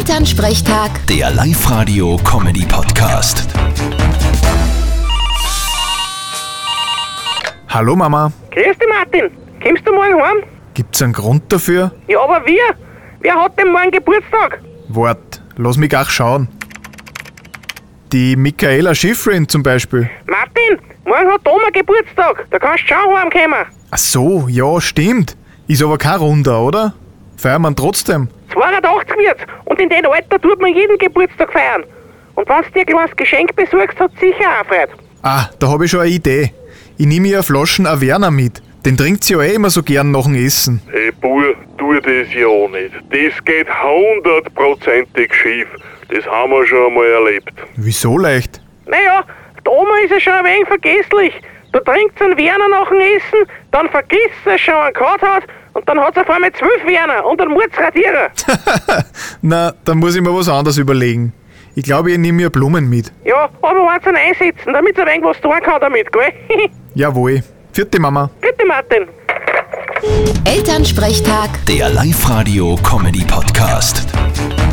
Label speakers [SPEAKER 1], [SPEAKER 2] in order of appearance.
[SPEAKER 1] Elternsprechtag,
[SPEAKER 2] Der Live-Radio-Comedy-Podcast.
[SPEAKER 3] Hallo Mama,
[SPEAKER 4] Grüß dich, Martin. Kommst du morgen heim?
[SPEAKER 3] gibt's einen Grund dafür?
[SPEAKER 4] Ja, aber wir? Wer hat denn morgen Geburtstag?
[SPEAKER 3] Wart, lass mich auch schauen. Die Michaela Schifrin zum Beispiel.
[SPEAKER 4] Martin, morgen hat Oma Geburtstag. Da kannst du schon heimkommen.
[SPEAKER 3] Ach so, ja, stimmt. Ist aber kein Runder, oder? Feiern man trotzdem.
[SPEAKER 4] 82 wird's. Und in dem Alter tut man jeden Geburtstag feiern. Und wenn du dir ein kleines Geschenk besorgst, hat sicher auch Freude.
[SPEAKER 3] Ah, da habe ich schon eine Idee. Ich nehme ihr Flaschen Averna mit. Den trinkt sie ja eh immer so gern nach dem Essen.
[SPEAKER 5] Ey, Äh, Bur, tu das ja auch nicht. Das geht hundertprozentig schief. Das haben wir schon einmal erlebt.
[SPEAKER 3] Wieso leicht?
[SPEAKER 4] Naja, die Oma ist ja schon ein wenig vergesslich. Du trinkst einen Werner nach dem Essen, dann vergisst sie schon einen Kater hat und dann hat sie auf einmal zwölf Werner und dann muss radieren.
[SPEAKER 3] Na, dann muss ich mir was anderes überlegen. Ich glaube, ich nehme ihr Blumen mit.
[SPEAKER 4] ja, aber wenn sie ihn einsetzen, damit sie ein wenig was tun kann damit, gell?
[SPEAKER 3] Jawohl. Vierte Mama.
[SPEAKER 4] Bitte, Martin.
[SPEAKER 1] Elternsprechtag.
[SPEAKER 2] Der Live-Radio-Comedy-Podcast.